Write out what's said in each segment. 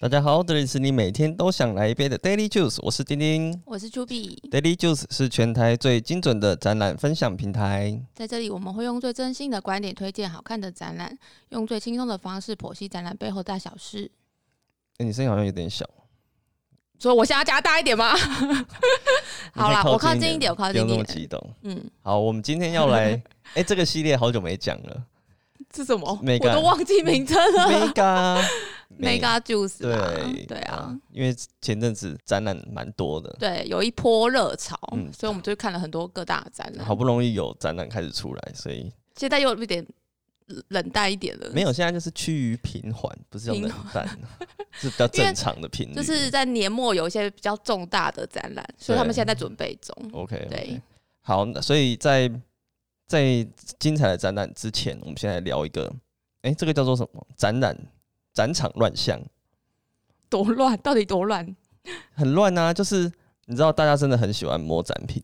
大家好，这里是你每天都想来一杯的 Daily Juice，我是丁丁。我是朱比， Daily Juice 是全台最精准的展览分享平台。在这里我们会用最真心的观点推荐好看的展览，用最轻松的方式剖析展览背后大小事。诶你声音好像有点小，所以我现在要加大一点吗？ 好啦，你可以我靠近一点，我靠近不一用那么点。激动。嗯，好，我们今天要来， 哎、这个系列好久没讲了这什么？没我干都忘记名称了。 ，Mega Mega Juice 啦对嗯对啊，，因为前阵子展览蛮多的，对，有一波热潮嗯，所以我们就看了很多各大的展览好。不容易有展览开始出来，所以现在又有一点冷淡一点了，没有，现在就是趋于平缓，不是叫冷平淡，是比较 因为正常的频率。就是在年末有一些比较重大的展览，所以他们现在在准备中。 OK，, o k 对，好，那所以在在精彩的展览之前，我们先来聊一个，哎、这个叫做什么？展览展场乱象，多乱，到底多乱？很乱啊！就是你知道，大家真的很喜欢摸展品，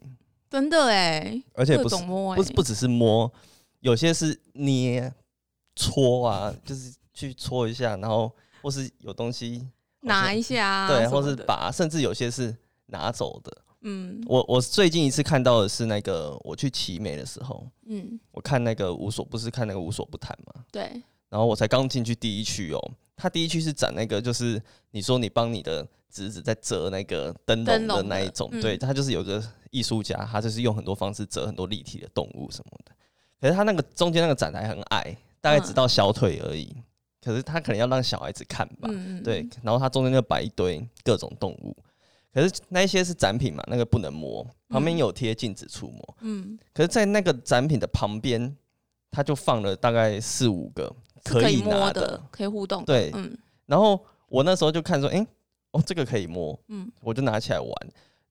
真的哎，而且各不是种摸哎，不是不只是摸，有些是捏、搓啊，就是去搓一下，然后或是有东西拿好像一下啊，对，什么或是的拔，甚至有些是拿走的。嗯我我最近一次看到的是那个我去奇美的时候，嗯我看那个无所不是看那个无所不谈嘛，对然后我才刚进去第一区哦，它第一区是展那个，就是你说你帮你的侄子在折那个灯笼灯笼的的那一种，嗯对，它就是有个艺术家，他就是用很多方式折很多立体的动物什么的。可是他那个中间那个展台很矮，大概只嗯到小腿而已。可是他可能要让小孩子看吧，嗯嗯对，然后它中间就摆一堆各种动物。可是那一些是展品嘛，那个不能摸，旁边嗯有贴禁止触摸。嗯可是，在那个展品的旁边，他就放了大概四五个是可以以拿摸的，可以互动的，对，嗯然后我那时候就看说，诶，哦，这个可以摸，嗯我就拿起来玩。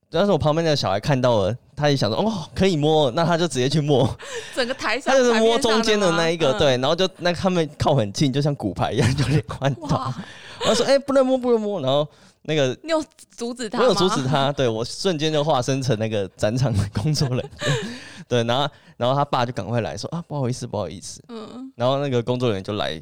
但是我旁边的小孩看到了，他也想说，哦，可以摸，那他就直接去 摸，整个台上他就是台摸面中上间的吗那一个，，嗯对，然后就那他们靠很近，就像骨牌一样，就连环到。哇，然后说，诶，不能摸，不能摸。然后那个你有阻止他我吗？有阻止他，对我瞬间就化身成那个展场的工作人员，对，然后然后他爸就赶快来说啊，不好意思，不好意思，嗯然后那个工作人员就来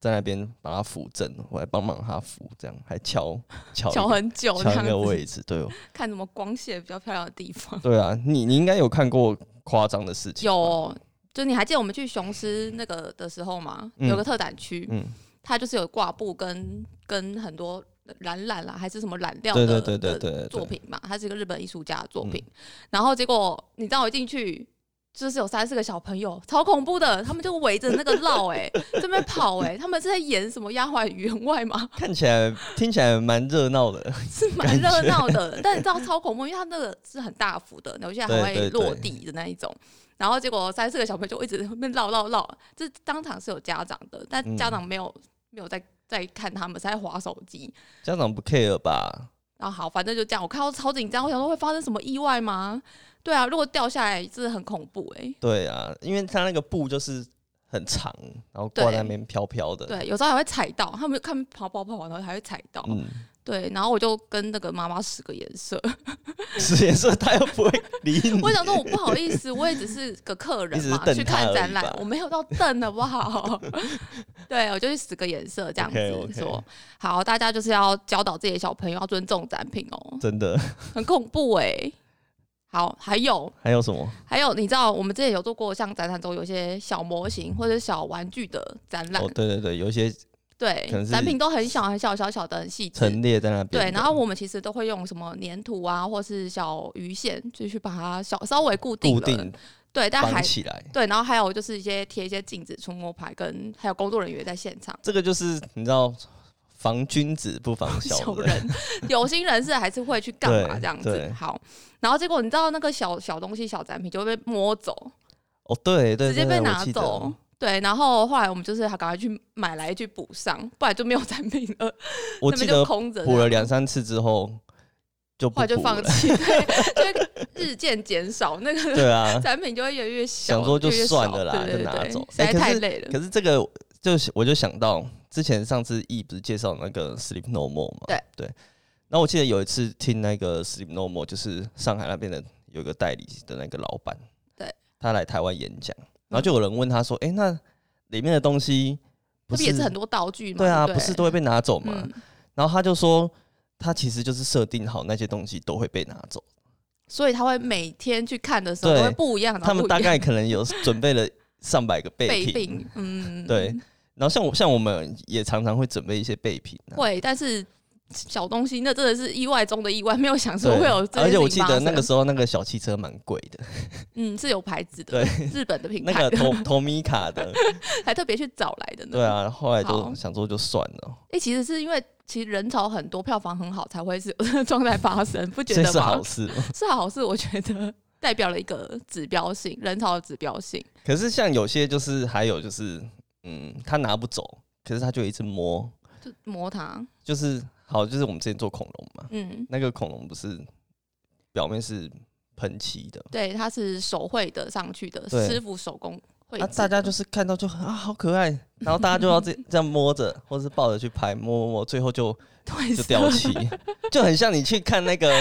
在那边把他扶正，我来帮忙他扶，这样还敲敲一个瞧很久这敲样那个子，位置，对哦，看什么光线比较漂亮的地方对啊，你你应该有看过夸张的事情，有哦。就你还记得我们去雄狮那个的时候吗？嗯有个特展区，嗯，它就是有挂布跟跟很多染染啦，还是什么染料对的对对对的对嗯作对，品嘛，它是一个日本艺术家的作品。然后结果你知道我一进去，就是有三四个小朋友，超恐怖的，他们就围着那个绕哎、这边跑哎、他们是在演什么丫鬟与员外吗？看起来听起来蛮热闹的，是蛮热闹的，但你知道超恐怖，因为它那个是很大幅的，有些还对对会对落地的那一种。然后结果三四个小朋友就一直在那边绕绕绕，这当场是有家长的，但嗯家长没有、没有在在看他们，是在划手机。家长不 care 吧？然后好，反正就这样。我看到超紧张，我想说会发生什么意外吗？对啊，如果掉下来，真的很恐怖哎、对啊，因为他那个布就是很长，然后挂在那边飘飘的，，对，有时候还会踩到，他们看他们跑跑跑跑，然后还会踩到。嗯，对，然后我就跟那个妈妈使个眼色，实验室他又不会理 你，我想说我不好意思，我也只是个客人你只是嘛，瞪去他而看已展览吧，我没有到瞪好不好？ 对，我就去使个眼色这样子 OK，OK 说，好，大家就是要教导自己的小朋友要尊重展品哦，真的， 很恐怖哎、好，还有还有什么？还有，你知道我们之前有做过像展览中有一些小模型或者小玩具的展览，哦，对对对，有一些可能对，是展品都很小很小小小的，很细致陈。列在那边对的，，然后我们其实都会用什么粘土啊，或是小鱼线，就去把它小稍微固定固了。定对，但还绑起来。对，然后还有就是一些贴一些禁止触摸牌，跟还有工作人员在现场。这个就是你知道，防君子 不防小小人， 人，有心人士还是会去干嘛对这样对子。好，然后结果你知道那个小小东西、小展品就会被摸走，哦，对对，直接对被我拿记得走。对，然后后来我们就是还赶快去买来去补上，不然就没有产品了， 我那记边得就空着这样，补了两三次之后就不后来就补放 了，弃， 对，就日渐减少那 个，对啊产品就会越来越小，想说就越来越算了少啦对对就拿对走实在哎可太是累了。可是这个就是我就想到之前上次 E 不是介绍那个 Sleep No More 嘛？对对。然后我记得有一次听那个 Sleep No More，就是上海那边的有一个代理的那个老板，对，他来台湾演讲，然后就有人问他说：“哎、那里面的东西不那不也是很多道具嘛？对啊，对不是都会被拿走吗？”嗯然然后他就说，他其实就是设定好那些东西都会被拿走，所以他会每天去看的时候对都会不一样，然后他们不一大样概可能有准备了上百个备备品，病，嗯， 对，。然后像我像我们也常常会准备一些备品、啊，会，但是小东西那真的是意外中的意外，没有 想说对会有这件事情发生。而且我记得那个时候那个小汽车蛮贵 的，嗯是有牌子的，对，日本的品那牌个投投米卡的， 还特别去找来的呢。对啊，后来就好想说就算了，哎、其实是因为其实人潮很多，票房很好，才会是有 这个状态发生，不觉这得吗？是好事吗。是好事，我觉得代表了一个指标性，人潮的指标性。可是像有些就是还有就是，嗯，他拿不走，可是他就一直摸，就摸它，就是好，就是我们之前做恐龙嘛，嗯，那个恐龙不是表面是喷漆的，对，它是手绘的上去的，对师傅手工绘制那、的。大家就是看到就很啊好可爱，然后大家就要这 这样摸着，或是抱着去拍，摸摸摸，最后就对就色掉漆， 就很像你去看那个。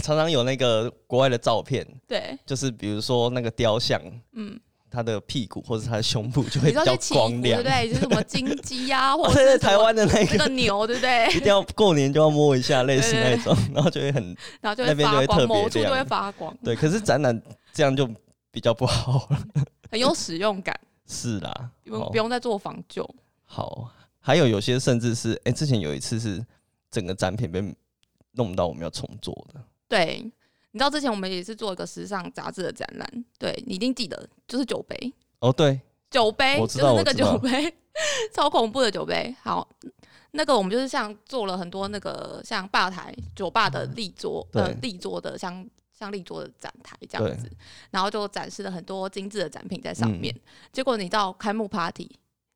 常常有那个国外的照片，对，就是比如说那个雕像，嗯，它的屁股或者它的胸部就会你比说较去祈福光对亮不。对？就是什么金鸡 呀、或我者现在是什么台湾的那那个个牛，对不对？一定要过年就要摸一下，类似那种，然后就会很然后就那会边就发会特光，别某处就亮会发光，对。可是展览这样就比较不好了，很有使用感，是啦。不用好不用再做仿旧。好，还有有些甚至是，哎、之前有一次是整个展品被弄到我们要重做的，对，你知道之前我们也是做一个时尚杂志的展览，对你一定记得，就是酒杯，哦，对，酒杯我就知是道那个我知道酒杯， 超恐怖的酒杯。好，那个我们就是像做了很多那个像吧台酒吧的立桌，对呃，立桌的像。像立桌的展台这样对嗯子，然后就展示了很多精致的展品在上面。结果你到开幕 party，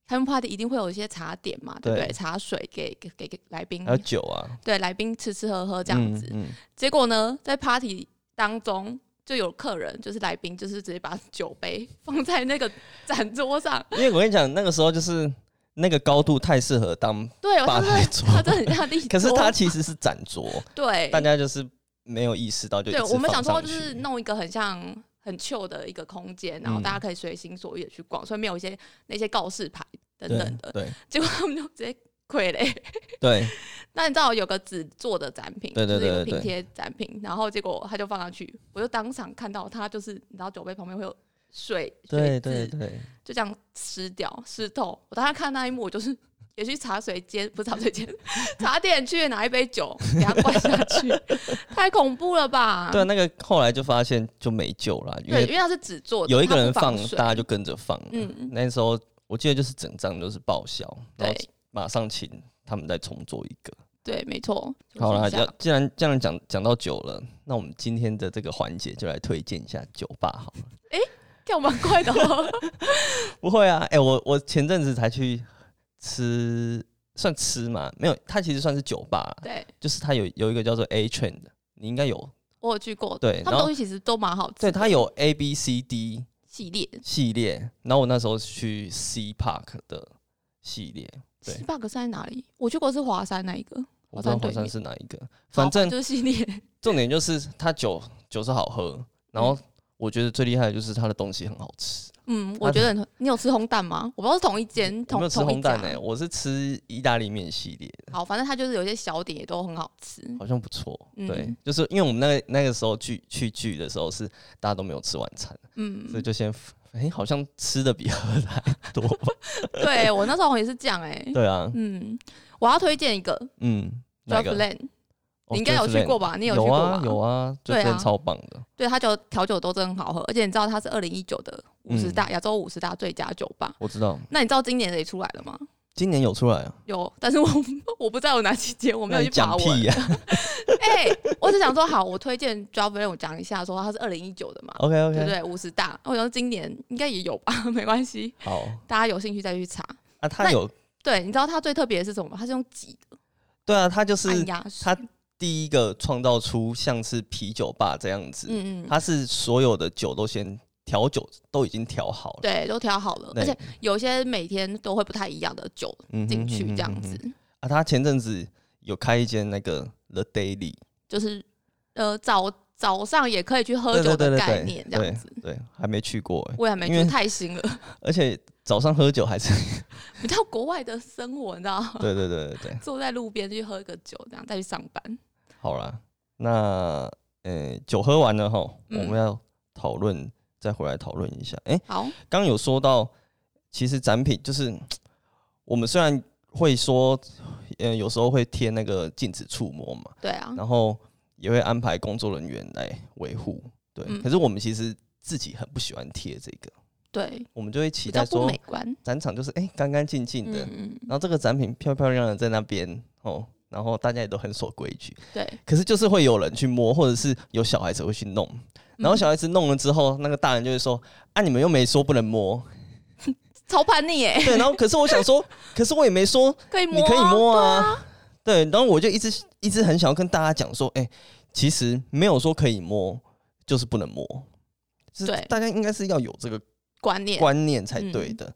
开幕 party 一定会有一些茶点嘛，对不对对？茶水给给给给来宾还有酒啊，对来宾吃吃喝喝嗯这样子。嗯，嗯结果呢，在 party 当中就有客人，就是来宾，就是直接把酒杯放在那个展桌上。因为我跟你讲，那个时候就是那个高度太适合当，对，吧哦他 台真桌的，他真的很像立 桌。可是它其实是展桌，对大家就是没有意识到就一对，直我们想放说上就是去弄一个很像。很 chill 的一个空间，然后嗯大家可以随心所欲的去逛，所以没有一些那些告示牌等对等的。 对结果他们就直接溃嘞。 对，那你知道有个纸做的展品，对对就是有对对拼贴展品，然后结果他就放上去，我就当场看到他就是你知道酒杯旁边会有水，对水对渍对，就这样湿掉湿透。我当时看那一幕，我就是 也去茶水间，不是茶水间，茶点去拿一杯酒给他灌下去，太恐怖了吧？对，那个后来就发现就没救了，因对，为因为他是纸做的，有一个它人不放，水大家就跟着放。嗯嗯，那时候我记得就是整张都是报销，然后对马上请他们再重做一个。对，没错。就是好啦，这样要既然既然讲讲到酒了，那我们今天的这个环节就来推荐一下酒吧好了。跳蛮快的哦， 不会啊，哎、我我前阵子才去吃，算吃嘛，没有，它其实算是酒吧啦，对就是它有有一个叫做 A Train 的，你应该有，我有去过，对他然们后东西其实都蛮好吃对，的，它有 A B C D 系列。系列，然后我那时候去 C Park 的系列，对西坝格是在哪里？我去过是华山那一个，我不知道好像对哦华山面是哪一个，好反正就是系列，重点就是它酒酒是好喝，然后我觉得最厉害的就是它的东西很好吃。嗯，我觉得很你有吃烘蛋吗？我不知道是同一间我没有同吃同一烘家蛋欸呢、。我是吃意大利面系列的，好，反正它就是有一些小点也都很好吃，好像不错。嗯对，就是因为我们那个那个时候聚去聚的时候是大家都没有吃晚餐，嗯所以，就先哎、好像吃的比喝的还多。 对我那时候也是这样哎、对啊，嗯，我要推荐一个嗯，哪 Drive 个？ Land，哦你应该有去过？吧？你 Driftland 去有过啊吧？有啊，最对啊近超棒的。对，它酒调酒都真的很好喝，而且你知道它是二零一九的嗯五十大亚洲五十大最佳酒吧。我知道，那你知道今年的也出来了吗？今年有出来啊，有，但是我 我不知道有哪几间，我我没有去把讲握。屁啊呀、哎、我只想说，好，我推荐 d r a v e l 我讲一下，说它是二零一九的嘛， OK 对不 OK，对？五十大，哦我想说今年应该也有吧， 没关系，好大家有兴趣再去查。啊，他那有对，你知道它最特别的是什么吗？它是用挤的对啊，他就是按压式，它第一个创造出像是啤酒吧这样子，嗯嗯，它是所有的酒都先调酒都已经调好了，对，都调好了，对而且有些每天都会不太一样的酒嗯哼进去，这样嗯哼子嗯哼啊。他前阵子有开一间那个 The Daily，就是呃早早上也可以去喝对酒对的对概对念，这对样子。对，还没去过欸，我也还没因为去，太新了，而且早上喝酒还 是比较国外的生活，你知道吗， 对对对对对，坐在路边去喝个酒，这样再去上班。好啦，那呃酒喝完了后，我嗯们要讨论，再回来讨论一下。哎、好，刚有说到，其实展品就是我们虽然会说，呃，有时候会贴那个禁止触摸嘛，对啊，然后也会安排工作人员来维护，对。嗯可是我们其实自己很不喜欢贴这个，对，我们就会期比较待不说美，观。展场就是哎干干净净的，嗯嗯，然后这个展品漂漂亮亮的在那边哦。然后大家也都很守规矩，对。可是就是会有人去摸，或者是有小孩子会去弄，嗯然后小孩子弄了之后，那个大人就会说：“啊，你们又没说不能 摸，超叛逆耶，对，然后可是我想 说，可是我也没说可以摸、你可以摸啊，对，然后我就一直一直很想要跟大家讲说，哎、其实没有说可以摸，就是不能摸，就是对大家应该是要有这个观念，观念才对嗯的。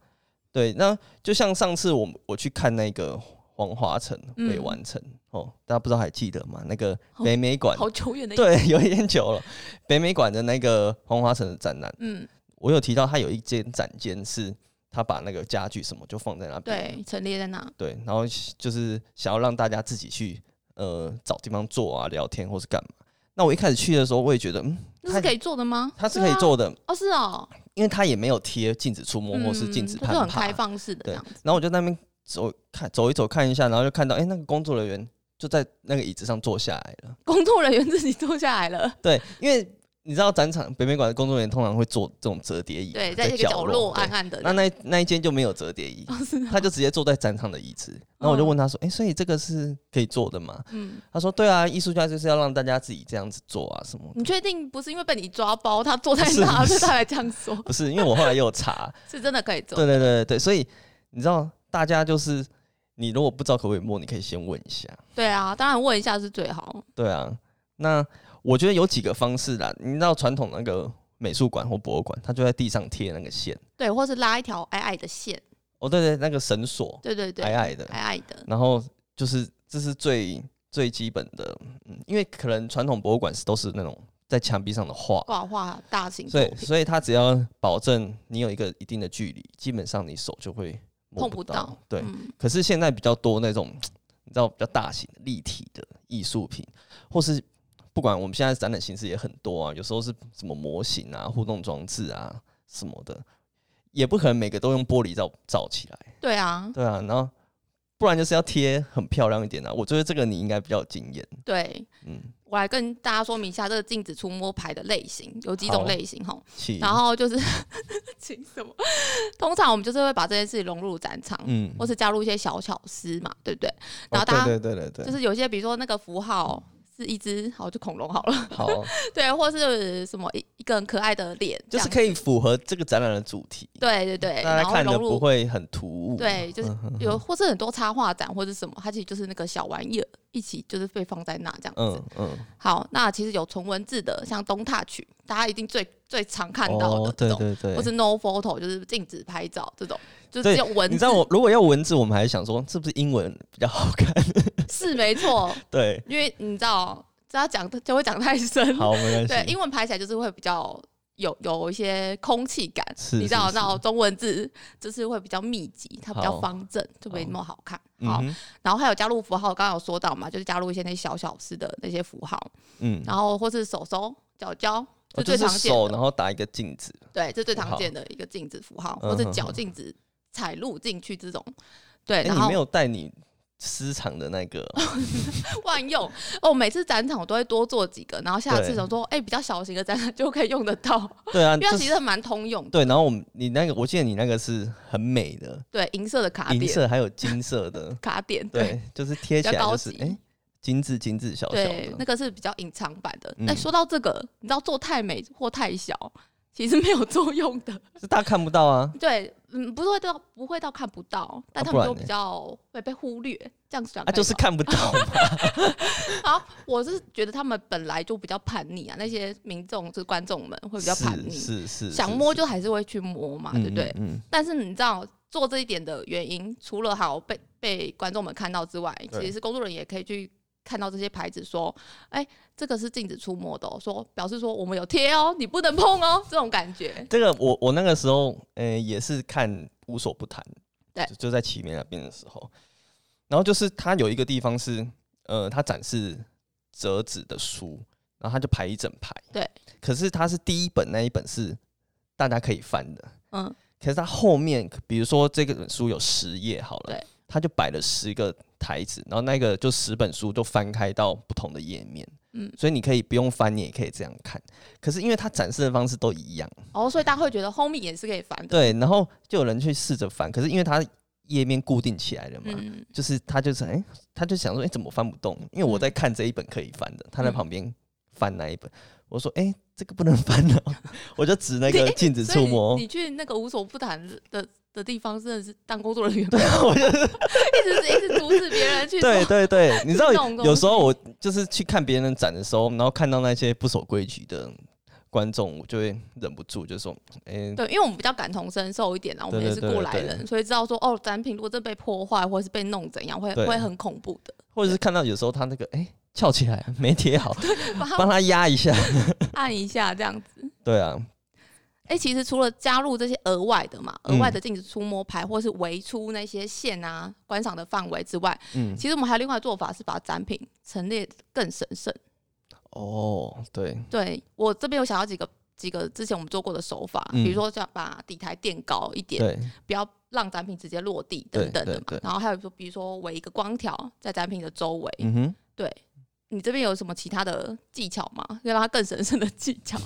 对，那就像上次我我去看那个黄华城嗯未完成、哦，大家不知道还记得吗？那个好北美馆，好久远的，，对， 有一点久了，北美馆的那个黄华城的展览，嗯，我有提到它有一间展间是。他把那个家具什么就放在那边，对，陈列在那，对，然后就是想要让大家自己去呃找地方坐啊、聊天或是干嘛。那我一开始去的时候，我也觉得，嗯，那是可以做的吗？它是可以对啊做的，哦，是哦，因为它也没有贴禁止触摸或是禁止嗯就是攀很爬。开放式的这对样子， 然后我就在那边走看走一走看一下，然后就看到，哎、那个工作人员就在那个椅子上坐下来了。工作人员自己坐下来 了，对，因为你知道展场北美馆的工作人员通常会坐这种折叠椅，对，在在这个角落啊落暗对暗的这那样， 那那一间就没有折叠椅，哦是哦，他就直接坐在展场的椅子。然后我就问他说：“哎、所以这个是可以坐的吗？”嗯，他说：“对啊，艺术家就是要让大家自己这样子做啊，什么的你确定不是因为被你抓包，他坐在那，不所是以他才这 样说？不是？因为我后来也有 查，是真的可以对做，对对对对，所以你知道，大家就是你如果不知道可不可以摸，你可以先问一下，对啊，当然问一下是最好，对啊。那我觉得有几个方式啦，你知道传统那个美术馆或博物馆，它就在地上贴那个线，对，或是拉一条矮矮的线，哦对对，那个绳索对对对，矮矮的，矮矮的，然后就是这是最最基本的，嗯，因为可能传统博物馆是都是那种在墙壁上的画，挂画大型作所以，品，所以他只要保证你有一个一定的距离，基本上你手就会摸碰不到。到对，嗯可是现在比较多那种你知道比较大型的立体的艺术品，或是不管我们现在展览形式也很多啊，有时候是什么模型啊、互动装置啊什么的，也不可能每个都用玻璃罩罩起来。对啊，对啊，然后不然就是要贴很漂亮一点啊。我觉得这个你应该比较有经验，对。嗯，我来跟大家说明一下这个禁止触摸牌的类型，有几种好哦嗯类型哈。请然后就是 请什么，通常我们就是会把这件事情融入展场，嗯或是加入一些小巧思嘛，对不对？然后哦大家对对对对对，就是有些比如说那个符号是一只好就恐龙好了， 好，对，或是什么一一个很可爱的脸，就是这样可以符合这个展览的主题。对对对，大然家后看的融不入。会嗯很突兀。对，就是有，或是很多插画展或者什么，它其实就是那个小玩意儿一起就是被放在那这样子。嗯嗯，好，那其实有纯文字的，像东塔曲，大家一定最最常看到的哦这对种，对对，或是 no photo，就是禁止拍照这种，就对只有文字。你知道我如果要文字，我们还想说是不是英文比较好看？ 是没错，对，因为你知道，只要讲就会讲太深。好，没对关，系。英文拍起来就是会比较有有一些空气感，是你知道，是是那种中文字就是会比较密集，它比较好方正，就没那么好看。嗯好，哼然后还有加入符号，刚刚有说到嘛，就是加入一些那些小小事的那些符号，嗯，然后或是手手、脚脚，哦这就最是常见手，的，然后打一个镜子，对，这最符常号见的一个镜子符号，嗯或是哼脚哼镜子踩入进去这种。对，哎，然你后没有带你私藏的那个，万用哦！每次展场我都会多做几个，然后下次对想说，哎、比较小型的展览就可以用得到，对 啊，因为它就其是实蛮通用的。对，然后我们你那个，我记得你那个是很美的，对，银色的卡银点，，色还有金色的 卡点，对对，就是贴比较起来高就是级哎，精致精致小小对，的，那个是比较隐藏版的。嗯那、说到这个，你知道做太美或太小，其实没有作用的。是大家看不到啊，对，嗯，不会到不会到看不到，但啊他不们然就呢比较会被忽略。这样讲可啊，以就是吗看不到嘛，好，我是觉得他们本来就比较叛逆啊，那些民众就是观众们 会比较叛是逆，是是，想是摸是就还是会去摸嘛，嗯对不对？嗯，嗯但是你知道做这一点的原因，除了好被被观众们看到之外，其对实是工作人员也可以去看到这些牌子，说，哎、这个是禁止触摸的、哦，说表示说我们有贴哦，你不能碰哦，这种感觉。这个我我那个时候，呃，也是看无所不谈。对就，就在奇美那边的时候，然后就是它有一个地方是，呃，它展示折纸的书，然后它就排一整排。对，可是它是第一本那一本是大家可以翻的，嗯，可是它后面，比如说这个本书有十页好了对，它就摆了十个台子，然后那个就十本书都翻开到不同的页面，嗯所以你可以不用翻，你也可以这样看。可是因为它展示的方式都一样，哦，所以大家会觉得 homie 也是可以翻的，对，然后就有人去试着翻，可是因为它页面固定起来了嘛，嗯，就是他就是哎、他就想说哎、怎么翻不动？因为我嗯在看这一本可以翻的，他在嗯旁边翻那一本，我说哎、这个不能翻了， 我就指那个对镜子所以触你摸你，去那个无所不谈的的地方，真的是当工作人员，一我就直一直阻止别人去对做对 对，你知道这种东有时候我就是去看别人展的时候，然后看到那些不守规矩的观众，我就会忍不住就说哎、对，因为我们比较感同身受一点啊，我们对也是对对过来对人，所以知道说哦，展品如果真被破坏或者是被弄怎样，会对会很恐怖的。或者是看到有时候他那个哎、翘起来没贴好，帮他帮他压一 下，按一下这样子。对啊，哎、其实除了加入这些额外的嘛，额外嗯的禁止触摸牌或是围出那些线啊观赏的范围之外，嗯，其实我们还有另外的做法是把展品陈列更神圣。哦，对，对我这边有想到几个几个之前我们做过的手法，嗯比如说像把底台垫高一点，对，不要让展品直接落地等等的对嘛。对对然后还有说，比如说围一个光条在展品的周围。嗯哼。对你这边有什么其他的技巧吗？可以让它更神圣的技巧？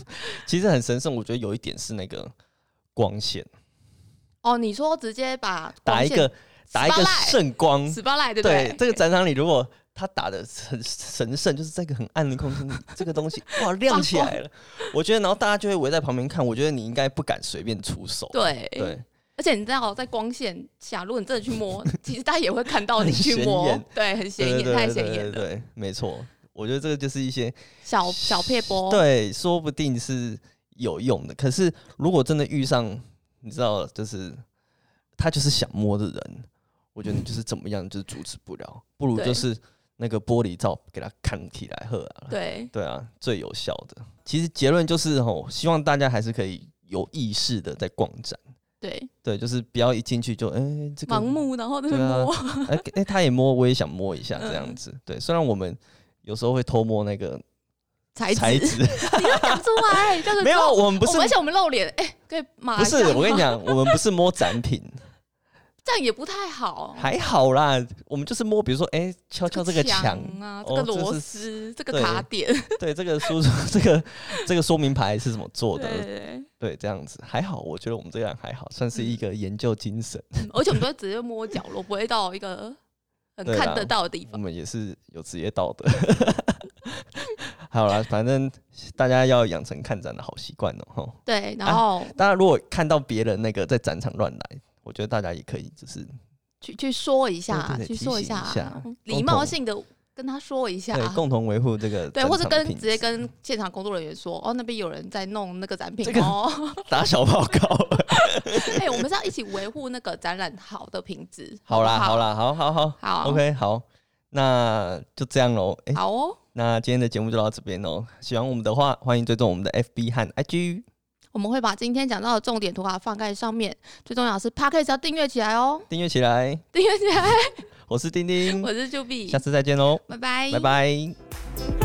其实很神圣，我觉得有一点是那个光线，哦，你说直接把打一个打一个圣光，十八赖，对不对对？这个展场里，如果他打的很神圣，就是在一个很暗的空间，这个东 西哇亮起来了，我觉得，然后大家就会围在旁边看，我觉得你应该不敢随便出手，对对而且你知道，在光线下，如果你真的去摸， 其实大家也会看到你去很显摸眼，对，很显对对眼，对太对显对眼了。对，没错，我觉得这个就是一些小小撇波，对，说不定是有用的。可是如果真的遇上，你知道，就是他就是想摸的人，我觉得你就是怎么样，就是阻止不了，不如对就是那个玻璃罩给他看起来喝啊。对对啊，最有效的。其实结论就是吼，希望大家还是可以有意识的在逛展。对，对，就是不要一进去就哎、这个盲目，然后在对那边啊摸， 哎、哎他也摸，我也想摸一下这样嗯子。对，虽然我们有时候会偷摸那 个才材子， 质，你要讲出来，这个没有，之后，我们不是我而且我们露脸，哎，可以马不是，我跟你讲，讲，我们不是摸展品， 这样也不太好。还好啦，我们就是摸，比如说，哎、敲敲这个墙，啊，这哦个这螺是丝，这个对卡点，对，这个说 这个这个说明牌是怎么做对的，对嗯对，对。这样子还好，我觉得我们这样还好，算嗯是一个研究精神，而且我们都会直接摸角落，不会到一个很对啦嗯看得到的地我方。们也是有职业道德。 好啦，反正大家要养成看展的好习惯哦。吼对，然后、大家如果看到别人那个在展场乱来，我觉得大家也可以就是去去说一下，哦对对对去说提醒一下礼貌性的跟他说一下，啊对共同维护这个对，展或者场的跟品直接质跟现场工作人员说，哦，那边有人在弄那个展品这个哦， 打小报告。 哎，我们是要一起维护那个展览好的品质。好啦，不好，啦，好好好好，OK，好，那就这样喽。哎、好哦，那今天的节目就到这边喽。喜欢我们的话，欢迎追踪我们的 FB 和 IG。我们会把今天讲到的重点图卡放在上面，最重要的是 p a c k a g e 要订阅起来哦，订阅起来。订阅起来。我是丁丁我，是下 Juby，次再见喽，拜拜，拜。拜。